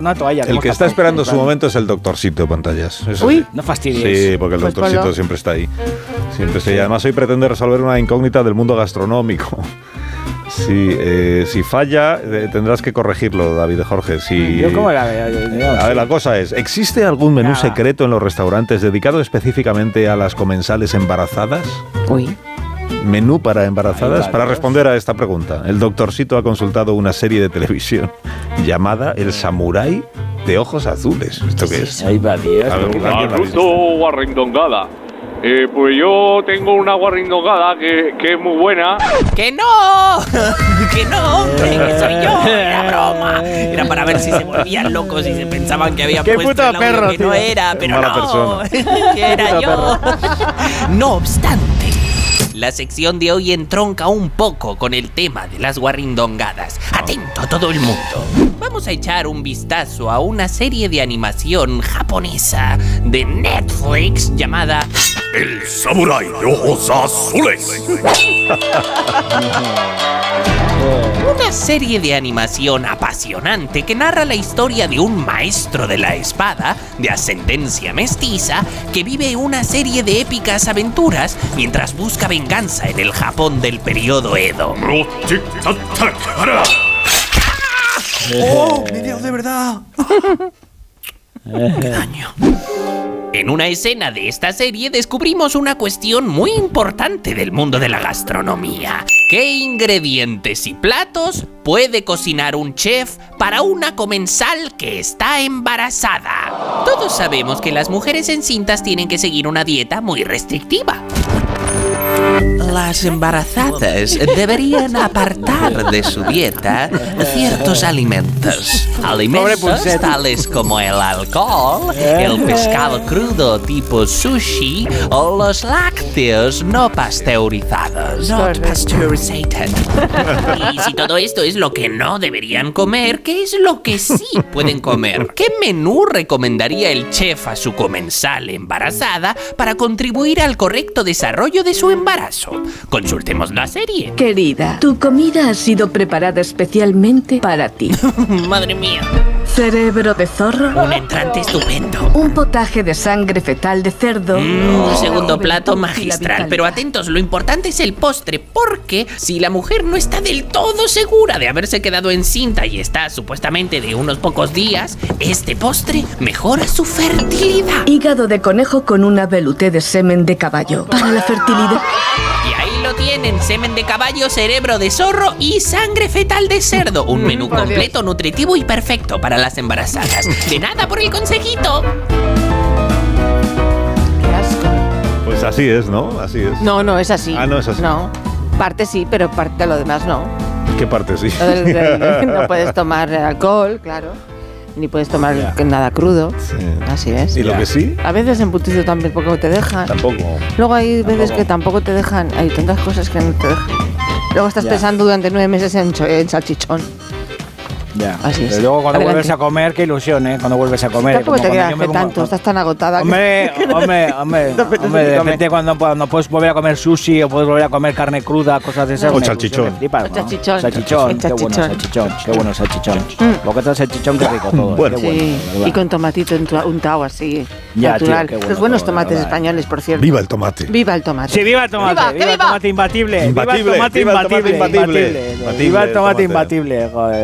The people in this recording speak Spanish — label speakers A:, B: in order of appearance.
A: Una toalla.
B: El
A: como
B: que está
A: tapón,
B: esperando
A: en
B: su
A: plan.
B: momento es el doctorcito de pantallas. Eso
A: Uy,
B: sí.
A: no fastidies.
B: Sí, porque el
C: Pues
B: doctorcito
C: ponlo.
B: siempre está ahí. Siempre está ahí. Además, hoy pretende resolver una incógnita del mundo gastronómico. Sí, eh, si falla, eh, tendrás que corregirlo, David Jorge. Si,
A: Yo como la veo, yo- yo-
B: A ver, la cosa es, ¿existe algún menú
A: Nada.
B: secreto en los restaurantes dedicado específicamente a las comensales embarazadas?
C: Uy.
B: Menú para
A: Hay
B: embarazadas.
A: varios.
B: Para responder a esta pregunta, el doctorcito ha consultado una serie de televisión llamada El Samurái de Ojos Azules. ¿Esto qué es?
A: Ahí va, Dios.
B: A ver, ¿alguien la ha
D: Arruto
B: visto?
D: guarrindongada. Eh, pues yo tengo una guarrindongada que, que es muy buena.
E: ¡Que no! ¡Que no, hombre! ¡Que soy yo! ¡Era broma! Era para ver si se volvían locos y se pensaban que había
A: ¡Qué
E: puesto
A: puto
E: el audio
A: perro,
E: que no
A: tío!
E: era,
B: Qué
E: pero
B: mala
E: no. Que era yo. No obstante, la sección de hoy entronca un poco con el tema de las guarrindongadas. Atento todo el mundo. Vamos a echar un vistazo a una serie de animación japonesa de Netflix llamada
F: El samurái de ojos azules.
E: Una serie de animación apasionante que narra la historia de un maestro de la espada de ascendencia mestiza que vive una serie de épicas aventuras mientras busca venganza en el Japón del periodo Edo.
F: No tic tac tac. ara.
E: ¡Oh, mi Dios, de verdad! ¡Qué daño! En una escena de esta serie descubrimos una cuestión muy importante del mundo de la gastronomía. ¿Qué ingredientes y platos puede cocinar un chef para una comensal que está embarazada? Todos sabemos que las mujeres encintas tienen que seguir una dieta muy restrictiva. Las embarazadas deberían apartar de su dieta ciertos alimentos. Alimentos tales como el alcohol, el pescado crudo tipo sushi o los lácteos no pasteurizados. Not pasteurizated. Y si todo esto es lo que no deberían comer, ¿qué es lo que sí pueden comer? ¿Qué menú recomendaría el chef a su comensal embarazada para contribuir al correcto desarrollo de su embarazo? Consultemos la serie.
C: Querida, tu comida ha sido preparada especialmente para ti.
E: Madre mía,
C: Cerebro de zorro,
E: un entrante estupendo.
C: un potaje de sangre fetal de cerdo.
E: Mm, un segundo
C: Juventud
E: plato
C: y la
E: magistral. Pero
C: vitalidad.
E: atentos, lo importante es el postre, porque si la mujer no está del todo segura de haberse quedado encinta y está supuestamente de unos pocos días, este postre mejora su fertilidad.
C: Hígado de conejo con una veluté de semen de caballo. Para la fertilidad.
E: Y ahí lo tienen, semen de caballo, cerebro de zorro y sangre fetal de cerdo. Un menú completo, nutritivo y perfecto para las embarazadas. De nada por el consejito.
B: Pues así es, ¿no? Así es.
C: No, no, es así.
B: Ah, no, es así.
G: No. Parte sí, pero parte lo demás no.
B: ¿Qué parte sí?
G: Lo del- del- no puedes tomar alcohol, claro. Ni puedes tomar
B: Ya.
G: nada crudo.
B: Sí.
G: Así es.
B: ¿Y lo que sí?
G: A veces en puticio tampoco te dejan.
B: Tampoco.
G: Luego hay veces
B: Tampoco.
G: que tampoco te dejan. Hay tantas cosas que no te dejan. Luego estás
A: Ya.
G: pensando durante nueve meses en, cho- en salchichón.
A: Ya.
G: Así es.
A: Pero luego cuando
G: Adelante.
A: vuelves a comer, qué ilusión, ¿eh? Cuando vuelves a comer.
G: tampoco
A: como
G: te
A: cuando
G: quedas
A: yo me
G: que
A: pongo-
G: tanto, estás tan agotada. que-
A: Hombre, hombre, hombre,
G: No apetece
A: hombre,
G: ni
A: de
G: comer.
A: repente cuando, cuando puedes volver a comer sushi o puedes volver a comer carne cruda, cosas de esas.
B: O
A: me-
B: salchichón.
A: me flipas, ¿no?
G: Salchichón.
A: Salchichón, qué bueno
G: Salchichón. Mm.
A: salchichón, qué bueno salchichón. Boquetas de salchichón, qué rico todo.
B: Bueno.
A: oh, qué
G: Sí,
A: bueno, la verdad.
G: y con tomatito entua- untado así,
A: Ya, tío,
G: natural.
A: qué bueno
G: Los buenos
A: todo, la
G: tomates
A: verdad.
G: españoles, por cierto.
B: Viva el tomate.
G: Viva el tomate.
A: Sí, viva el tomate,
G: Viva,
A: viva,
G: que
A: el
G: viva.
A: tomate imbatible, viva
B: Imbatible,
A: el tomate
B: viva el
A: imbatible,
B: tomate imbatible,
A: imbatible,
B: imbatible
A: viva el
B: el
A: tomate
B: tomate.
A: imbatible, joder.